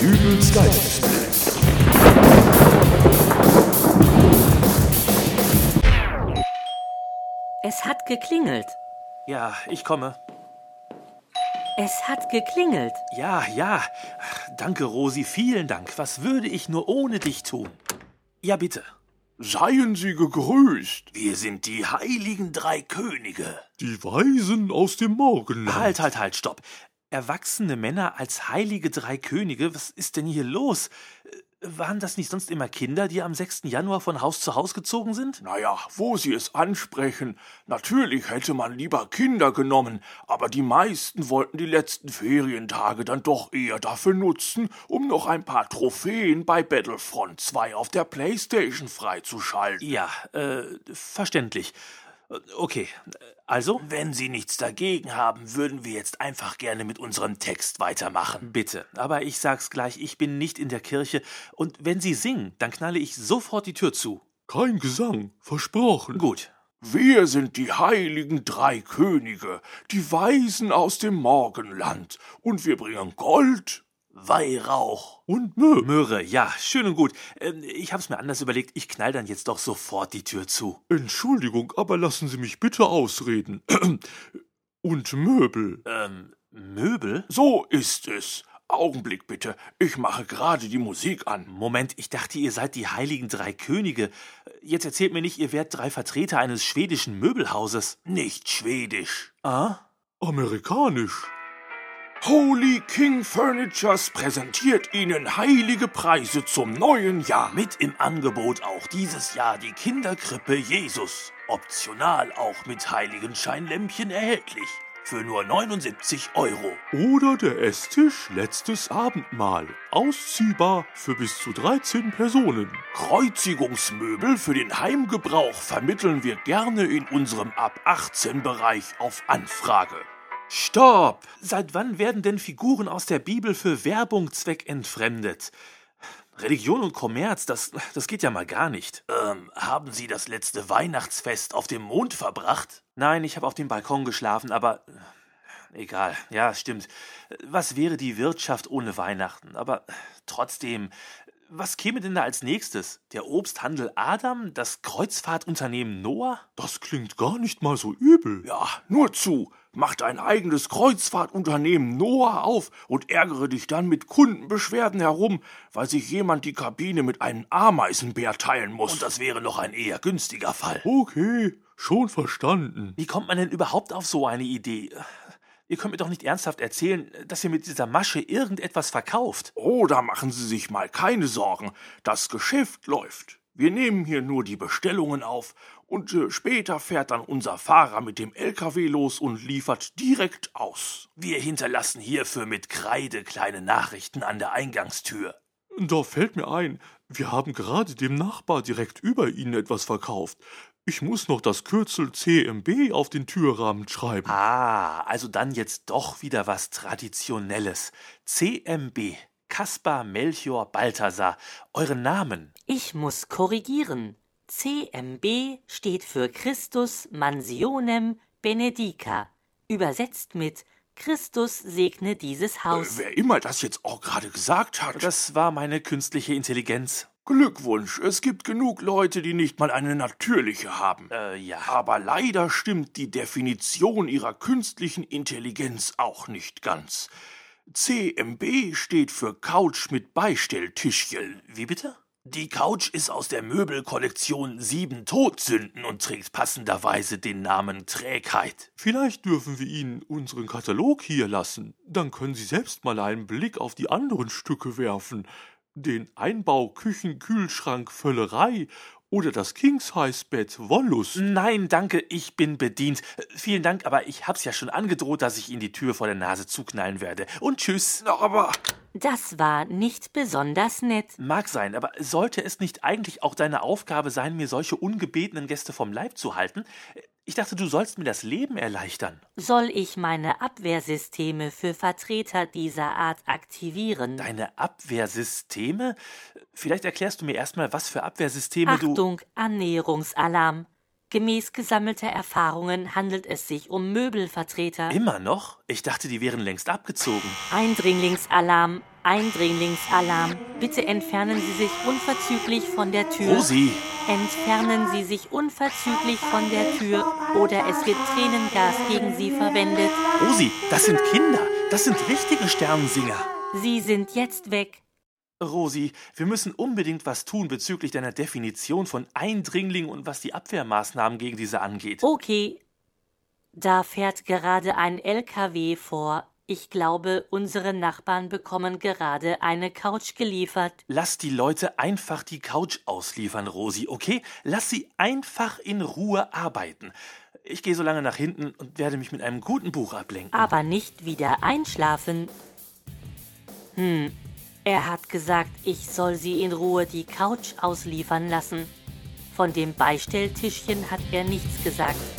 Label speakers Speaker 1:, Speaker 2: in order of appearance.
Speaker 1: Dübels Geistesblitz.
Speaker 2: Es hat geklingelt.
Speaker 3: Ja, ich komme.
Speaker 2: Es hat geklingelt.
Speaker 3: Ja, ja. Ach, Danke, Rosi, vielen Dank. Was würde ich nur ohne dich tun? Ja, bitte.
Speaker 1: Seien Sie gegrüßt,
Speaker 3: Wir sind die heiligen drei Könige.
Speaker 1: die Weisen aus dem Morgenland.
Speaker 3: Halt, halt, halt, stopp. Erwachsene Männer als heilige drei Könige, was ist denn hier los? Äh, Waren das nicht sonst immer Kinder, die am 6. Januar von Haus zu Haus gezogen sind?
Speaker 1: Naja, wo Sie es ansprechen. Natürlich hätte man lieber Kinder genommen, aber die meisten wollten die letzten Ferientage dann doch eher dafür nutzen, um noch ein paar Trophäen bei Battlefront 2 auf der Playstation freizuschalten.
Speaker 3: Ja, äh, verständlich. Äh, Okay, äh, also?
Speaker 4: Wenn Sie nichts dagegen haben, würden wir jetzt einfach gerne mit unserem Text weitermachen.
Speaker 3: Mhm. Bitte, aber ich sag's gleich, ich bin nicht in der Kirche und wenn Sie singen, dann knalle ich sofort die Tür zu.
Speaker 1: Kein Gesang, versprochen.
Speaker 3: Gut.
Speaker 1: Wir sind die heiligen drei Könige, die Weisen aus dem Morgenland, und wir bringen Gold
Speaker 4: Weihrauch.
Speaker 1: und Möb.
Speaker 3: Möhre, ja, schön und gut. Ähm, ich hab's mir anders überlegt, ich knall dann jetzt doch sofort die Tür zu.
Speaker 1: Entschuldigung, aber lassen Sie mich bitte ausreden. Und Möbel.
Speaker 3: Ähm, Möbel?
Speaker 1: So ist es. Augenblick bitte, ich mache gerade die Musik an.
Speaker 3: Moment, ich dachte, ihr seid die heiligen drei Könige. Jetzt erzählt mir nicht, ihr wärt drei Vertreter eines schwedischen Möbelhauses.
Speaker 4: Nicht schwedisch.
Speaker 3: Ah?
Speaker 1: Amerikanisch. Holy King Furnitures präsentiert Ihnen heilige Preise zum neuen Jahr.
Speaker 4: Mit im Angebot auch dieses Jahr die Kinderkrippe Jesus. Optional auch mit Heiligenscheinlämpchen erhältlich. Für nur 79 Euro.
Speaker 1: Oder der Esstisch Letztes Abendmahl. Ausziehbar für bis zu 13 Personen.
Speaker 4: Kreuzigungsmöbel für den Heimgebrauch vermitteln wir gerne in unserem Ab 18 Bereich auf Anfrage.
Speaker 3: Stopp! Seit wann werden denn Figuren aus der Bibel für Werbung zweckentfremdet? Religion und Kommerz, das, das geht ja mal gar nicht.
Speaker 4: Ähm, haben Sie das letzte Weihnachtsfest auf dem Mond verbracht?
Speaker 3: Nein, ich habe auf dem Balkon geschlafen, aber äh, egal. Ja, stimmt. Was wäre die Wirtschaft ohne Weihnachten? Aber äh, trotzdem, was käme denn da als nächstes? Der Obsthandel Adam? Das Kreuzfahrtunternehmen Noah?
Speaker 1: Das klingt gar nicht mal so übel.
Speaker 4: Ja,
Speaker 1: Nur zu, mach dein eigenes Kreuzfahrtunternehmen Noah auf und ärgere dich dann mit Kundenbeschwerden herum, weil sich jemand die Kabine mit einem Ameisenbär teilen muss.
Speaker 4: und das wäre noch ein eher günstiger Fall.
Speaker 1: Okay, schon verstanden.
Speaker 3: Wie kommt man denn überhaupt auf so eine Idee? Ihr könnt mir doch nicht ernsthaft erzählen, dass ihr mit dieser Masche irgendetwas verkauft.
Speaker 1: Oh, da machen Sie sich mal keine Sorgen. Das Geschäft läuft. Wir nehmen hier nur die Bestellungen auf und äh, später fährt dann unser Fahrer mit dem LKW los und liefert direkt aus.
Speaker 4: Wir hinterlassen hierfür mit Kreide kleine Nachrichten an der Eingangstür.
Speaker 1: Da fällt mir ein, wir haben gerade dem Nachbar direkt über Ihnen etwas verkauft. Ich muss noch das Kürzel CMB auf den Türrahmen schreiben.
Speaker 3: Ah, also dann jetzt doch wieder was Traditionelles. CMB, Kaspar, Melchior, Balthasar, eure Namen.
Speaker 2: Ich muss korrigieren. CMB steht für Christus Mansionem Benedica. Übersetzt mit Christus segne dieses Haus.
Speaker 1: Wer immer das jetzt auch gerade gesagt hat.
Speaker 3: Das war meine künstliche Intelligenz.
Speaker 1: Glückwunsch, es gibt genug Leute, die nicht mal eine natürliche haben.
Speaker 3: Äh, ja.
Speaker 1: Aber leider stimmt die Definition ihrer künstlichen Intelligenz auch nicht ganz. CMB steht für Couch mit Beistelltischchen.
Speaker 3: Wie bitte?
Speaker 4: Die Couch ist aus der Möbelkollektion Sieben Todsünden und trägt passenderweise den Namen Trägheit.
Speaker 1: Vielleicht dürfen wir Ihnen unseren Katalog hier lassen. Dann können Sie selbst mal einen Blick auf die anderen Stücke werfen. Den Einbau Küchen Kühlschrank Völlerei oder das Kingsize-Bett Wollust.
Speaker 3: Nein, danke, ich bin bedient. Äh, Vielen Dank, aber ich hab's ja schon angedroht, dass ich Ihnen die Tür vor der Nase zuknallen werde. Und tschüss.
Speaker 1: Aber
Speaker 2: Das war nicht besonders nett.
Speaker 3: Mag sein, aber sollte es nicht eigentlich auch deine Aufgabe sein, mir solche ungebetenen Gäste vom Leib zu halten? Ich dachte, du sollst mir das Leben erleichtern.
Speaker 2: Soll ich meine Abwehrsysteme für Vertreter dieser Art aktivieren?
Speaker 3: Deine Abwehrsysteme? Vielleicht erklärst du mir erstmal, was für Abwehrsysteme du.
Speaker 2: Achtung, Annäherungsalarm. Gemäß gesammelter Erfahrungen handelt es sich um Möbelvertreter.
Speaker 3: Immer noch? Ich dachte, die wären längst abgezogen.
Speaker 2: Eindringlingsalarm, Eindringlingsalarm. Bitte entfernen Sie sich unverzüglich von der Tür.
Speaker 3: Rosi!
Speaker 2: Entfernen Sie sich unverzüglich von der Tür oder es wird Tränengas gegen Sie verwendet.
Speaker 3: Rosi, das sind Kinder. Das sind richtige Sternensinger.
Speaker 2: Sie sind jetzt weg.
Speaker 3: Rosi, wir müssen unbedingt was tun bezüglich deiner Definition von Eindringling und was die Abwehrmaßnahmen gegen diese angeht.
Speaker 2: Oh. Okay. Da fährt gerade ein LKW vor. Ich glaube, unsere Nachbarn bekommen gerade eine Couch geliefert.
Speaker 3: Lass die Leute einfach die Couch ausliefern, Rosi, okay? Lass sie einfach in Ruhe arbeiten. Ich gehe so lange nach hinten und werde mich mit einem guten Buch ablenken.
Speaker 2: Aber nicht wieder einschlafen. Hm, er hat gesagt, ich soll sie in Ruhe die Couch ausliefern lassen. Von dem Beistelltischchen hat er nichts gesagt.